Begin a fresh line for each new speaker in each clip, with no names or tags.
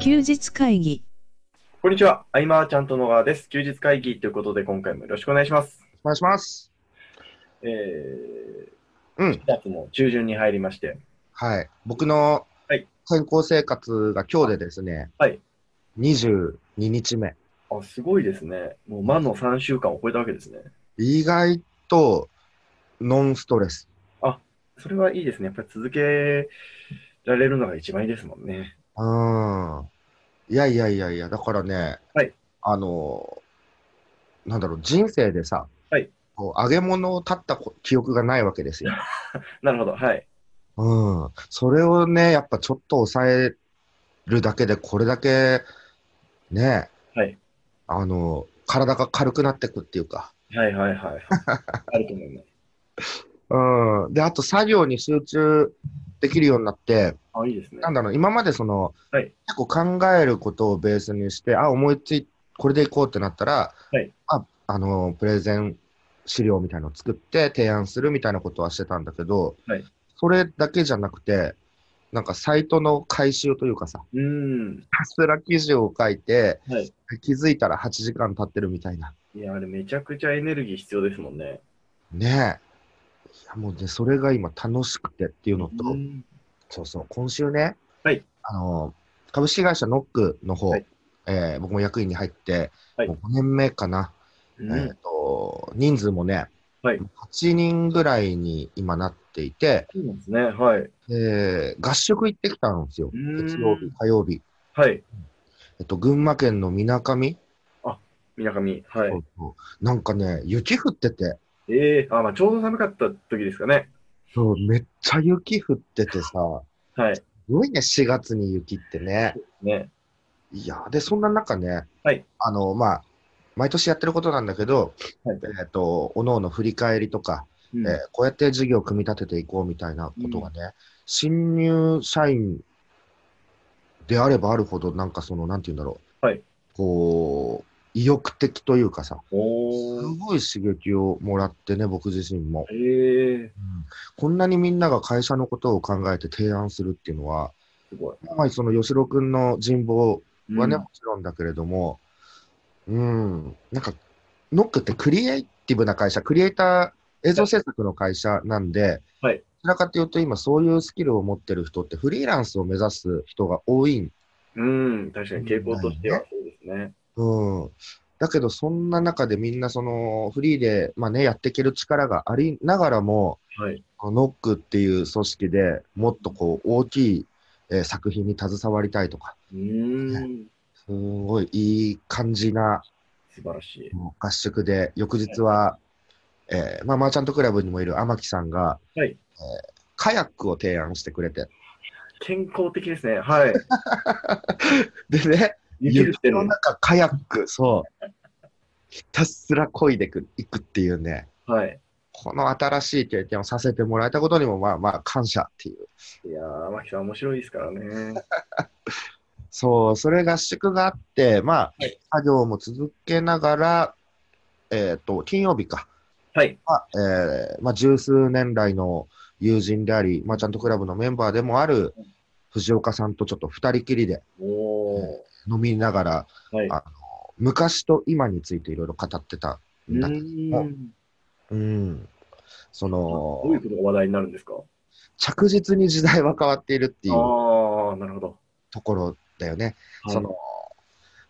休日会議。
こんにちは。アイマーちゃんと野川です。休日会議ということで、今回もよろしくお願いします。
お願いします。
えー、
うん。
4月も中旬に入りまして、
はい。僕の
はい
健康生活が今日でですね、
はい。
22日目。
あ、すごいですね。もう満の3週間を超えたわけですね。
意外とノンストレス。
それはいいですね。やっぱり続けられるのが一番いいですもんね。
うん。いやいやいやいや、だからね、
はい
あの、なんだろう、人生でさ、
はい
こう揚げ物を立ったこ記憶がないわけですよ。
なるほど。はい。
うん。それをね、やっぱちょっと抑えるだけで、これだけ、ね、
はい
あの、体が軽くなってくっていうか。
はいはいは い。あると思います。
うん。で、あと作業に集中できるようになって、
あ、いいですね。
なんだろう、今までその、
はい
結構考えることをベースにして、あ、思いつい、これでいこうってなったら、
はい
あ、あの、プレゼン資料みたいのを作って提案するみたいなことはしてたんだけど、
はい
それだけじゃなくて、なんかサイトの回収というかさ、
うーん。
ひたすら記事を書いて、
はい。
気づいたら8時間経ってるみたいな。
いや、あれめちゃくちゃエネルギー必要ですもんね。
ねえ。いやもうね、それが今楽しくてっていうのと、
ん
そうそう、今週ね、
はい
あの株式会社ノックの方、
はい
えー僕も役員に入って、
はい
もう5年目かな、
うん
えーと、人数もね、
はい
8人ぐらいに今なっていて、
そうなんですね。はい。
えー合宿行ってきたんですよ、
うん
月曜日、火曜日、
はい。
えっと、群馬県のみなかみ、
みなかみ。はい
そ。うそうなんかね、雪降ってて、
ええあ、まあ、ちょうど寒かった時ですかね。
そうめっちゃ雪降っててさ、す
はい。
ごいね、4月に雪ってね。
ね。
いやー、で、そんな中ね、
はい
あの、まあ、毎年やってることなんだけど、
はい
えっ、と、おのおの振り返りとか、
うん
えーこうやって事業を組み立てていこうみたいなことがね、新入社員であればあるほど、なんかその、なんて言うんだろう、
はい
こう、意欲的というかさ、
お
す
ー。
ごい刺激をもらってね、僕自身も。
ええ
こんなにみんなが会社のことを考えて提案するっていうのは、
すごい。
まあ、その吉郎君の人望はね、
うん
もちろんだけれども、うん、なんか、ノックってクリエイティブな会社、クリエイター、映像制作の会社なんで、
はい
どちらかというと、今、そういうスキルを持ってる人って、フリーランスを目指す人が多いん。
うん、確かに傾向としてはそうですね。
うん、だけど、そんな中でみんな、その、フリーで、まあね、やっていける力がありながらも、
はい。
ノックっていう組織でもっとこう、大きい、えー作品に携わりたいとか、
うーん、
すごいいい感じな
素晴らしい。
合宿で、翌日は、えーまあ、マーチャントクラブにもいる天木さんが、
はい
えーカヤックを提案してくれて、
健康的ですね。はい。
でね、
雪降ってる
の。中、カヤック、そう、ひたすら漕いでくいくっていうね、
はい。
この新しい経験をさせてもらえたことにも、まあまあ、感謝っていう、
いやー、マキさん面白いですからね。
そう、それ合宿があって、まあ、
はい
作業も続けながら、えっ、と、金曜日か、
はい。
まあえーまあ、十数年来の友人であり、マーチャントクラブのメンバーでもある藤岡さんとちょっと二人きりで
おー。
飲みながら、
はい。
あ昔と今についていろいろ語ってた
うん
だけ
ー
ど
ん。
うん、そ
どうい
の
うことが話題になるんですか
着実に時代は変わっているっていう
ああ、なるほど。
ところだよね。
はい
その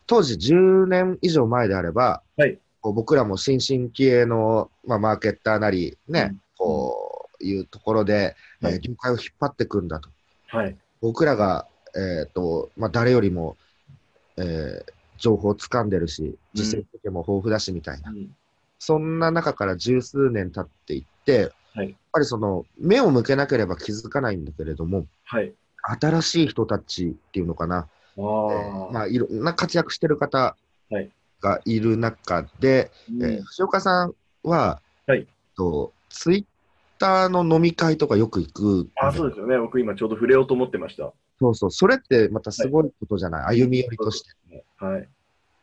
当時10年以上前であれば、
はい
こう僕らも新進気鋭の、まあ、マーケッターなり、ね
うん
こういうところで、えー
はい
業界を引っ張っていくんだと。
はい。
僕らが、えーとまあ、誰よりも、えー情報を掴んでるし、実績も豊富だしみたいな、
うん
そんな中から十数年経っていって、
はい
やっぱりその目を向けなければ気づかないんだけれども、
はい。
新しい人たちっていうのかな、
あ
え
ー
ーまあ、いろんな活躍してる方
はい
がいる中で、
うん
えー藤岡さんは、
はい
えっと、ツイッターの飲み会とかよく行く。
あそうですよね。僕今ちょうど触れようと思ってました。
そうそう、それってまたすごいことじゃない、歩み寄りとして。
はい。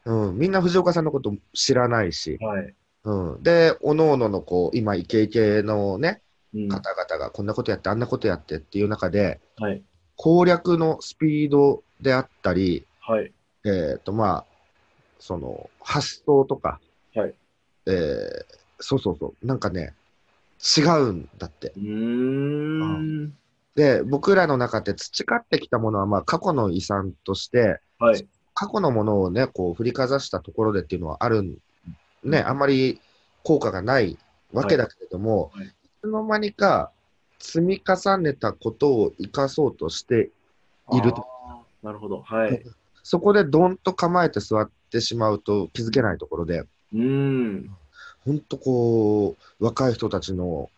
うん、みんな藤岡さんのこと知らないし、
はい。
うん、で、おのおののこう今、イケイケの、ね、
うん
方々がこんなことやって、あんなことやってっていう中で、
はい。
攻略のスピードであったり、
はい。
えっ、と、まあ、その、発想とか、
はい。
えーそうそうそう、なんかね、違うんだって。
うーん。
で、僕らの中で培ってきたものは、まあ、過去の遺産として、
はい。
過去のものをね、こう、振りかざしたところでっていうのはあるん、ね、あんまり効果がないわけだけれども、
はい
い
はい
つの間にか積み重ねたことを生かそうとして、いると
あー。なるほど。 はい。
そこでドンと構えて座ってしまうと気づけないところで、
うーん。
ほんとこう、若い人たちの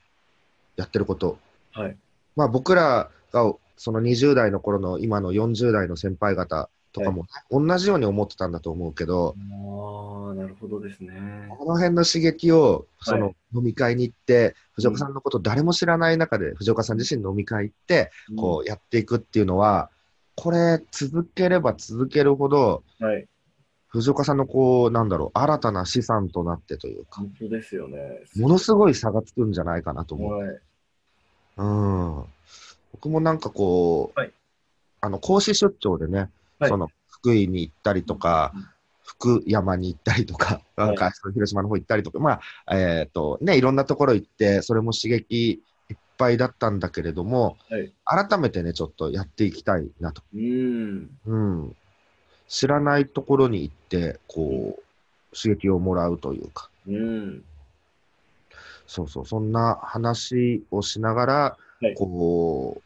やってること。
はい。
まあ僕らがその20代の頃の今の40代の先輩方とかもね、同じように思ってたんだと思うけど、
ああ、なるほどですね。
この辺の刺激をそ
は
の飲み会に行って、藤岡さんのこと誰も知らない中で、藤岡さん自身飲み会行って、こうやっていくっていうのは、これ続ければ続けるほど、
うん。はい。
藤岡さんのこう、なんだろう、新たな資産となってというか、
本当ですよね。
ものすごい差がつくんじゃないかなと思う。
はい。
うん僕もなんかこう、
はい
あの講師出張でね、
はい
その福井に行ったりとか、
うん
福山に行ったりとか、
はい
なんか広島の方行ったりとか、まあ、えっ、と、ね、いろんなところ行って、それも刺激いっぱいだったんだけれども、
はい
改めてね、ちょっとやっていきたいなと。
うーん。
うん、知らないところに行って、こう、刺激をもらうというか、
うん。
そうそう、そんな話をしながら、
はい
こう、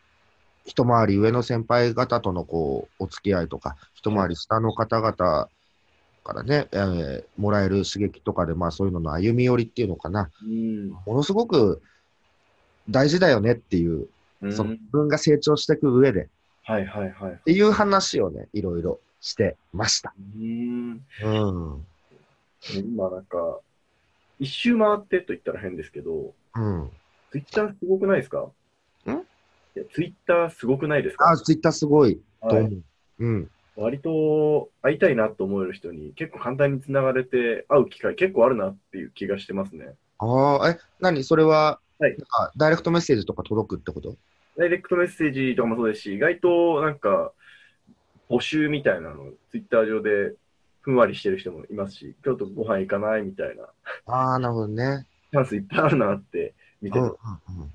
一回り上の先輩方とのこうお付き合いとか、一回り下の方々からね、えーもらえる刺激とかで、まあそういうのの歩み寄りっていうのかな、
うん。
ものすごく大事だよねっていう、
うん
その自分が成長していく上でっ
はいはいはい。う
ていう話をね、いろいろしてました。
ーん。
うん。うん。
今なんか、一周回ってと言ったら変ですけど、ツイッターすごくないですか
ん
いや、ツイッターすごくないですか
あ、ツイッターすごいと
は
思う。
い、
うん。
割と会いたいなと思える人に結構簡単につながれて会う機会結構あるなっていう気がしてますね。
ああ、え、何それは、
はい
なんかダイレクトメッセージとか届くってこと
ダイレクトメッセージとかもそうですし、意外となんか募集みたいなの、ツイッター上でふんわりしてる人もいますし、今日とご飯行かないみたいな、
ああ、なるほどね。
チャンスいっぱいあるなって見て
うんうん
て、
うん、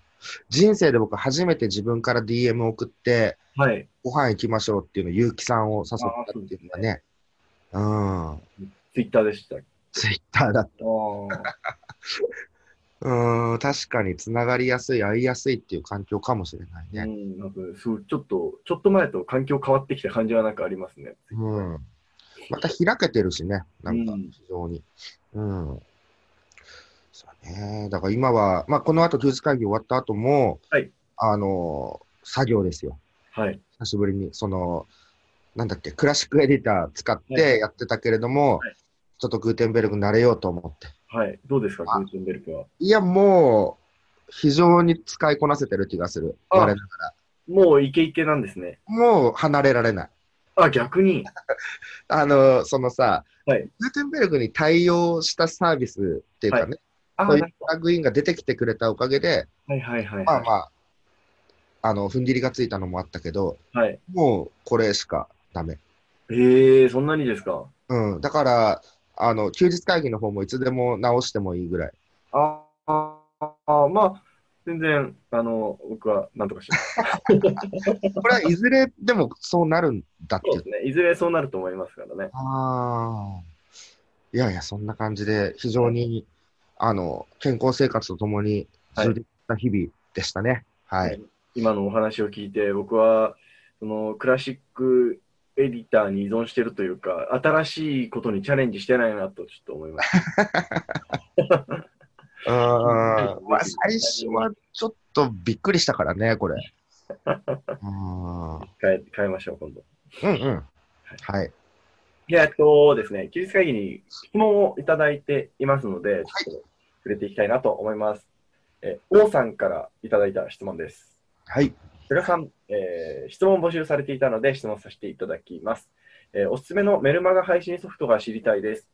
人生で僕、初めて自分から DM 送って、
はい。
ご飯行きましょうっていうの、結城さんを誘ったっていうのがね、うん、
ツイッターでした。あ
ツイッターだった。
あ。
うん、確かにつながりやすい、会いやすいっていう環境かもしれないうね。
ん、なんかすごいちょっと、ちょっと前と環境変わってきた感じはなんかありますね。
うん。また開けてるしね、なんか
うん
非常に。うん。そうね。だから今は、まあこの後休日会議終わった後も、
はい
あの、作業ですよ。
はい。
久しぶりに、その、なんだっけ、クラシックエディター使ってやってたけれども、
はい
ちょっとグーテンベルグになれようと思って。
はい。どうですか、
あ
グーテンベルクは。
いや、もう、非常に使いこなせてる気がする。
あ
我ながら。
もうイケイケなんですね。
もう離れられない。
あ、逆に。
あの、そのさ、
はい
グーテンベルグに対応したサービスっていうかね、
あ、
そう
ないる
う
ほ
プラグインが出てきてくれたおかげで、
どはいはいはい。
まあまあ、あの、踏ん切りがついたのもあったけど、
はい。
もうこれしかダメ。
ええそんなにですか。
うん、だから、あの、休日会議の方もいつでも直してもいいぐらい。
あああ、まあ、全然、あの、僕はなんとかし ます。
これはいずれでもそうなるんだって
そう
い
で
う。
すね。いずれそうなると思いますからね。
ああ。いやいや、そんな感じで、非常に、あの、健康生活とともに充実した日々でしたね。はい。
はい今のお話を聞いて、僕は、その、クラシックエディターに依存してるというか、新しいことにチャレンジしてないなと、ちょっと思いま した。
うん。まあ、最初はちょっとびっくりしたからね、これ。うん。うん
変え、変えましょう、今度。
うん。はい。
で、えっとですね、休日会議に質問をいただいていますので、ちょっと触れていきたいなと思います。え、王さんからいただいた質問です。
はい。
菅さん、えー質問募集されていたので質問させていただきます、えーおすすめのメルマガ配信ソフトが知りたいです。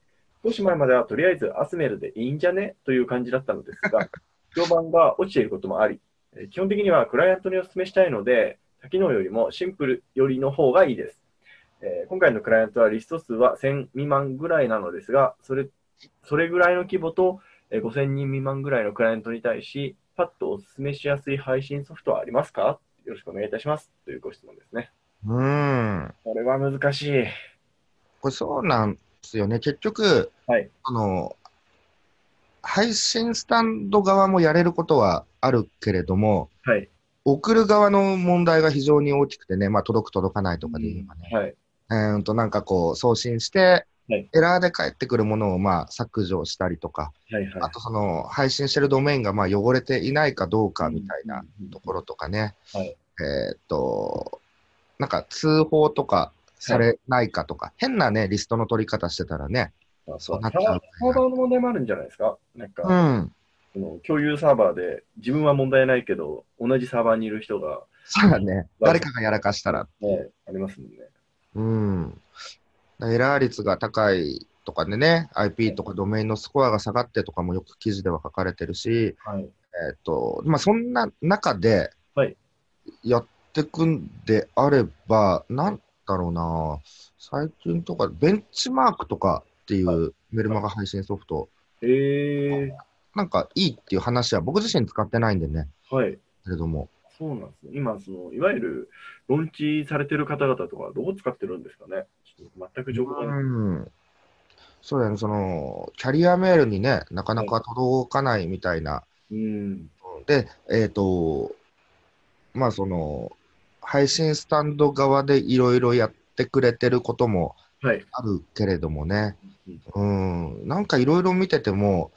少し前まではとりあえずアスメルでいいんじゃねという感じだったのですが、評判が落ちていることもあり、えー基本的にはクライアントにお勧めしたいので、多機能よりもシンプルよりの方がいいです。ええー今回のクライアントはリスト数は1000未満ぐらいなのですが、それそれぐらいの規模と、えー5000人未満ぐらいのクライアントに対し、パッとお勧めしやすい配信ソフトはありますかよろしくお願いいたします。というご質問ですね。
うーん。
これは難しい。
これそうなんですよね。結局、
はい
あの、配信スタンド側もやれることはあるけれども、
はい。
送る側の問題が非常に大きくてね、まあ、届く届かないとかで言えばね、
はい。
えーんと、なんかこう、送信して、
はい
エラーで返ってくるものをまあ削除したりとか、
はいはい。
あとその配信してるドメインがまあ汚れていないかどうかみたいなところとかね、
はい
えーっと、なんか通報とかされないかとか、変なね、リストの取り方してたらね、
あ
そう
ま
な
あサ
っちゃ
ーバ
う
ーサーバーの問題もあるんじゃないですかなんか、
うん、
その共有サーバーで自分は問題ないけど、同じサーバーにいる人が、
そうだね、
わかる
誰かがやらかしたら、
ね、ありますもんね。
うん、エラー率が高いとかでね、IP とかドメインのスコアが下がってとかもよく記事では書かれてるし、
はい。
えーっと、まあ、そんな中で
はい、
やってくんであれば、なんだろうな、最近とか、ベンチマークとかっていうメルマガ配信ソフト、
えー、
なんかいいっていう話は僕自身使ってないんでね、
はい。
けれども、
そうなんですね。今、その、いわゆる、ローンチされてる方々とか、どう使ってるんですかねちょっと全く情報がない。
うん、そうだよね、その、キャリアメールにね、なかなか届かないみたいな、
うん。
で、えっ、と、まあその、配信スタンド側でいろいろやってくれてることも
はい。
あるけれどもね、うん、なんかいろいろ見てても、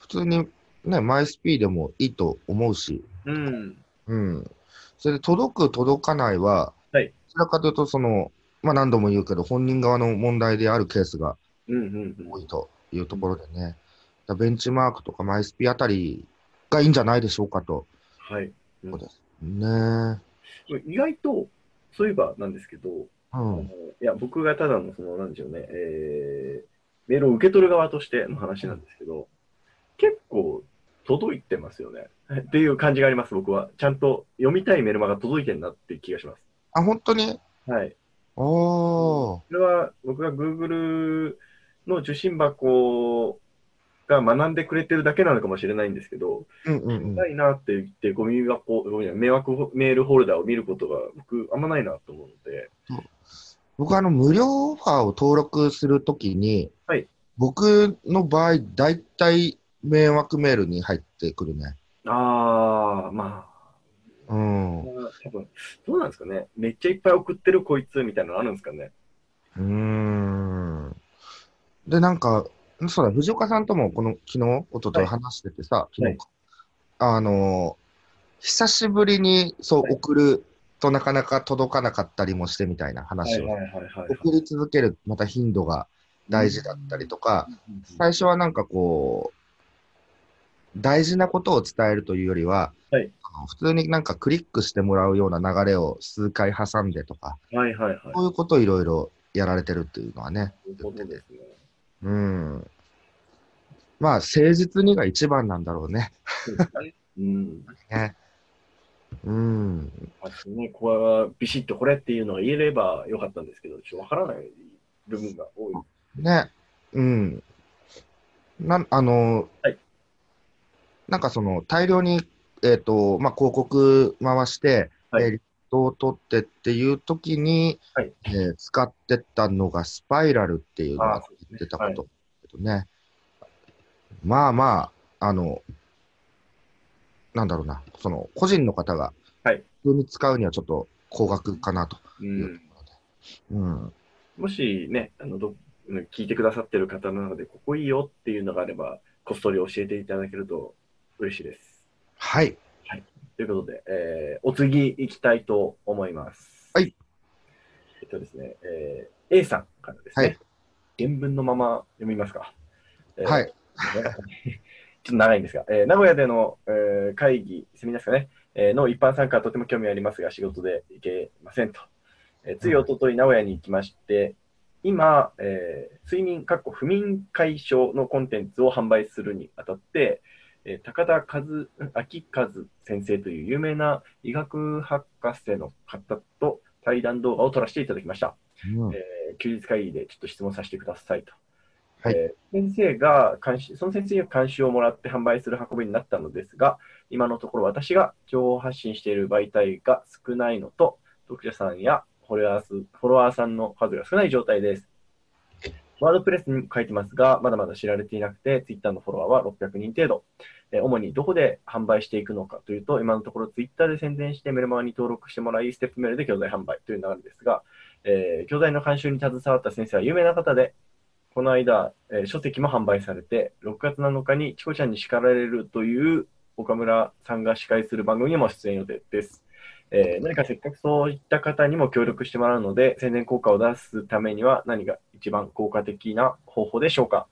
普通にね、マイスピーでもいいと思うし、
うん。
うん、それで届く、届かないは、
はい
どちらかというと、その、まあ何度も言うけど、本人側の問題であるケースが
うんうん
多いというところでね、だからベンチマークとかマイスピあたりがいいんじゃないでしょうかと。
うん。はい。
そうですね
意外と、そういえばなんですけど、
う
あの
ん。
いや、僕がただの、その、なんでしょうね、えー、メールを受け取る側としての話なんですけど、結構届いてますよね。っていう感じがあります、僕は。ちゃんと読みたいメルマが届いてるなっていう気がします。
あ、本当に
はい。
おー。
それは、僕が Google の受信箱が学んでくれてるだけなのかもしれないんですけど、
うんうんうん。
ないなって言って、ゴミ箱、ごめんなさい迷惑メールフォルダを見ることが僕、あんまないなと思うので、
僕、あの、無料オファーを登録するときに、
はい
僕の場合、大体迷惑メールに入ってくるね。
あー、まあ、
うん。う
多分どうなんですかね、めっちゃいっぱい送ってるこいつみたいなのあるんですかね。
ーん。で、なんか、そうだ、藤岡さんとも、この、昨日、おとと
はいい
話しててさ、昨
は
日
い
か。あのー、久しぶりに、そう、
はい
送るとなかなか届かなかったりもしてみたいな話を。
いはいは
送り続ける、また頻度が大事だったりとか、最初はなんかこう、大事なことを伝えるというよりは、
はい
あの普通になんかクリックしてもらうような流れを数回挟んでとか、
はいはいはい。
こういうことをいろいろやられてるっていうのはね、
ということですね。
うん。まあ、誠実にが一番なんだろうね。
そうですねうん。
ねうん。
あとね、これはビシッとこれっていうのが言えればよかったんですけど、ちょっとわからない部分が多い。
ね、うん。なん、あの、
はい
なんかその、大量に、えっ、と、まあ、広告回して、
はい
えーリストを取ってっていう時に、
はい
えー使ってったのがスパイラルっていうの
あー
が
そうですね
出たこと、けどね。まあまあ、あの、なんだろうな、その、個人の方が、
はい
普通に使うにはちょっと高額かなと
う
いうと
ん
ころで。うん
もしね、あのど聞いてくださってる方の中で、ここいいよっていうのがあれば、こっそり教えていただけると嬉しいです。
はい。
ということで、えーお次行きたいと思います。
はい。
えっとですね、えー A さんからですね、
はい
原文のまま読みますか。えー
はい。
ちょっと長いんですが、えー名古屋での、えー会議、セミナーですかね、えーの一般参加はとても興味ありますが、仕事で行けませんと。えーついおととい、名古屋に行きまして、今、えー睡眠、かっこ不眠解消のコンテンツを販売するにあたって、えー高田和ん明和先生という有名な医学博士の方と対談動画を撮らせていただきました。
うん
えー休日会議でちょっと質問させてくださいと。
はい
えー先生が監修、その先生に監修をもらって販売する運びになったのですが、今のところ私が情報発信している媒体が少ないのと、読者さんやフォロワー数フォロワーさんの数が少ない状態です。ワードプレスに書いてますが、まだまだ知られていなくて、Twitter のフォロワーは600人程度。えー主にどこで販売していくのかというと、今のところ Twitter で宣伝してメルマガに登録してもらい、ステップメールで教材販売という流れですが、えー教材の監修に携わった先生は有名な方で、この間、えー書籍も販売されて、6月7日にチコちゃんに叱られるという岡村さんが司会する番組にも出演予定です。えー何かせっかくそういった方にも協力してもらうので、宣伝効果を出すためには何が一番効果的な方法でしょうか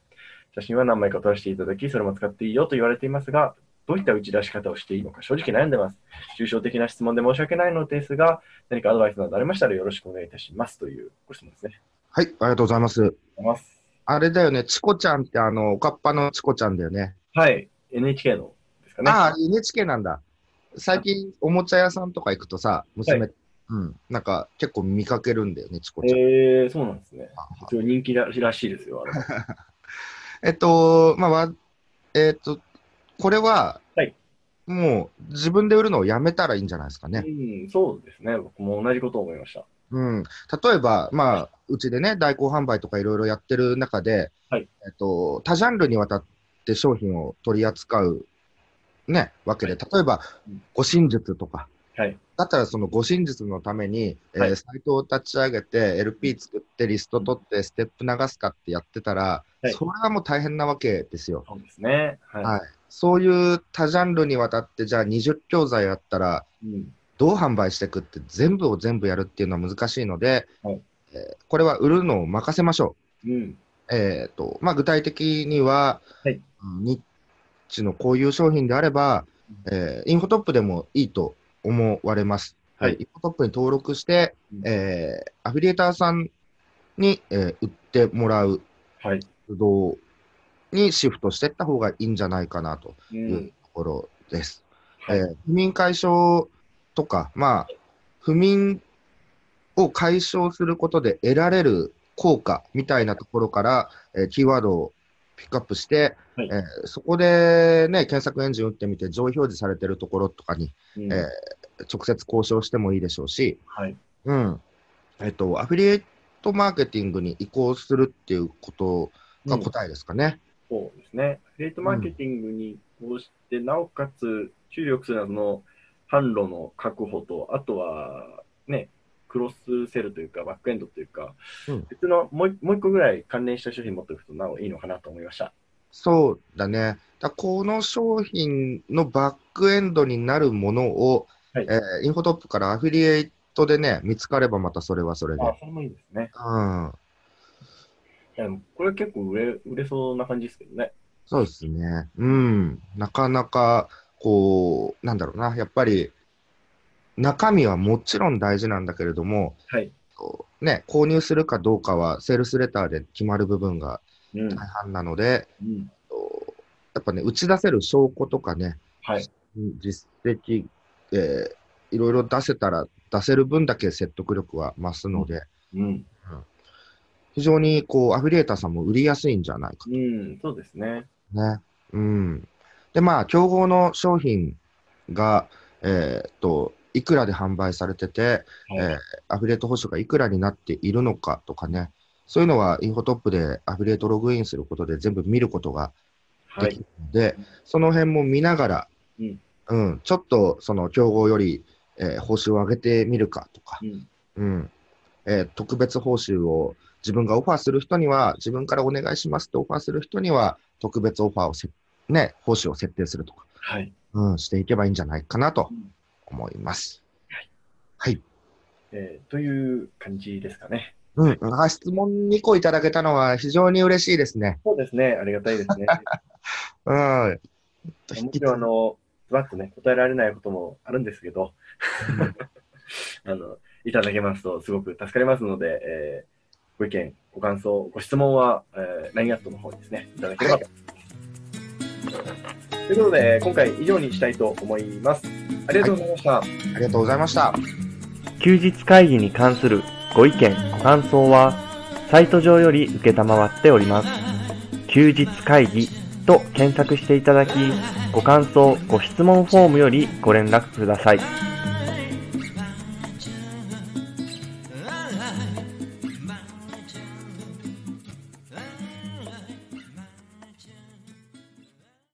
写真は何枚か撮らせていただき、それも使っていいよと言われていますが、どういった打ち出し方をしていいのか正直悩んでます。抽象的な質問で申し訳ないのですが、何かアドバイスなどありましたらよろしくお願いいたしますというご質問ですね。
はい、ありがとうございます。
ありがとうございます
あれだよね、チコちゃんって、あの、おかっぱのチコちゃんだよね。
はい、NHK のですかね。
ああ、NHK なんだ。最近、おもちゃ屋さんとか行くとさ、娘、うん、なんか結構見かけるんだよね、チコちゃん。
えー、そうなんですね。
ああ
一応人気ららしいですよ。あれ
えっと、まあ、わえっと、これは、
はい
もう自分で売るのをやめたらいいんじゃないですかね。
うん、そうですね。僕も同じことを思いました。
うん。例えば、まあ、うちでね、代行販売とかいろいろやってる中で、
はい
えっと、多ジャンルにわたって商品を取り扱う、ね、わけで、
はい
例えば
うん、
護身術とか、
はい
だったらその護身術のために、えー
はい
サイトを立ち上げて、LP 作って、リスト取って、ステップ流すかってやってたら、
はい
それはもう大変なわけですよ。
そうですね。はい。
はいそういう多ジャンルにわたって、じゃあ20教材あったら、
うん、
どう販売していくって、全部を全部やるっていうのは難しいので、
はい
えーこれは売るのを任せましょ
うん、
う。えーとまあ、具体的には、
はい
うんニッチのこういう商品であれば、えーインフォトップでもいいと思われます。
はい
インフォトップに登録して、
うん
えーアフィリエーターさんに、えー売ってもらう
はい。
活動にシフトしていった方がいいんじゃないかなと。
う
というと
ん、
ころです。
はい
えー不眠解消とか、まあ、不眠を解消することで得られる効果みたいなところから、えーキーワードをピックアップして、
はい
えーそこで、ね、検索エンジン打ってみて上位表示されてるところとかに
うん
えー直接交渉してもいいでしょうし、
はい。
うんえっとアフィリエイトマーケティングに移行するっていうことが
うん
答えですかね。
そうですね。フレートマーケティングにこうして、なおかつ注力するのはその販路の確保と、あとはね、クロスセルというか、バックエンドというか、
うん
別のもう一もう一個ぐらい関連した商品持っておくとなおいいのかなと思いました。
そうだね。だこの商品のバックエンドになるものを、
はい
えーインフォトップからアフィリエイトでね、見つかればまたそれはそれで。
あ、それもいいですね。
うん。
いやでもこれ結構売れ売れそうな感じですけどね。
そうですね。うん。なかなか、こう、なんだろうな。やっぱり、中身はもちろん大事なんだけれども、
はい。
こうね、購入するかどうかは、セールスレターで決まる部分が
うん。
大半なので、
うん、
こうやっぱね、打ち出せる証拠とかね、
はい。
実績、えーいろいろ出せたら、出せる分だけ説得力は増すので、
うん。
非常にこうアフィリエーターさんも売りやすいんじゃないか
うん。そうですね。
とね。うん、で、まあ、競合の商品が、えーっと、いくらで販売されてて、
はい。
えーアフィリエート報酬がいくらになっているのかとかね、そういうのはインフォトップでアフィリエートログインすることで全部見ることが
は
でき
い。
るので、その辺も見ながら、
うん
うんちょっとその競合より、えー報酬を上げてみるかとか、
うん。
うんえー特別報酬を自分がオファーする人には、自分からお願いしますってオファーする人には、特別オファーをせ、ね、報酬を設定するとか、
はい。
うん、していけばいいんじゃないかなと
うん
思います。
えーという感じですかね。
うん、あ質問2個いただけたのは非常に嬉しいですね。
そうですね。ありがたいですね。
うん。
もちろん、あの、ズバッとね、答えられないこともあるんですけど、 あの、いただけますとすごく助かりますので、えーご意見、ご感想、ご質問は、えー、LINE アットの方にですね、いただければとということで、今回以上にしたいと思います。ありがとうございました。
ありがとうございました。
休日会議に関する
ご意見、ご感想は、サイト上より受けたまわっております。休日会議と検索していただき、ご感想、ご質問フォームよりご連絡ください。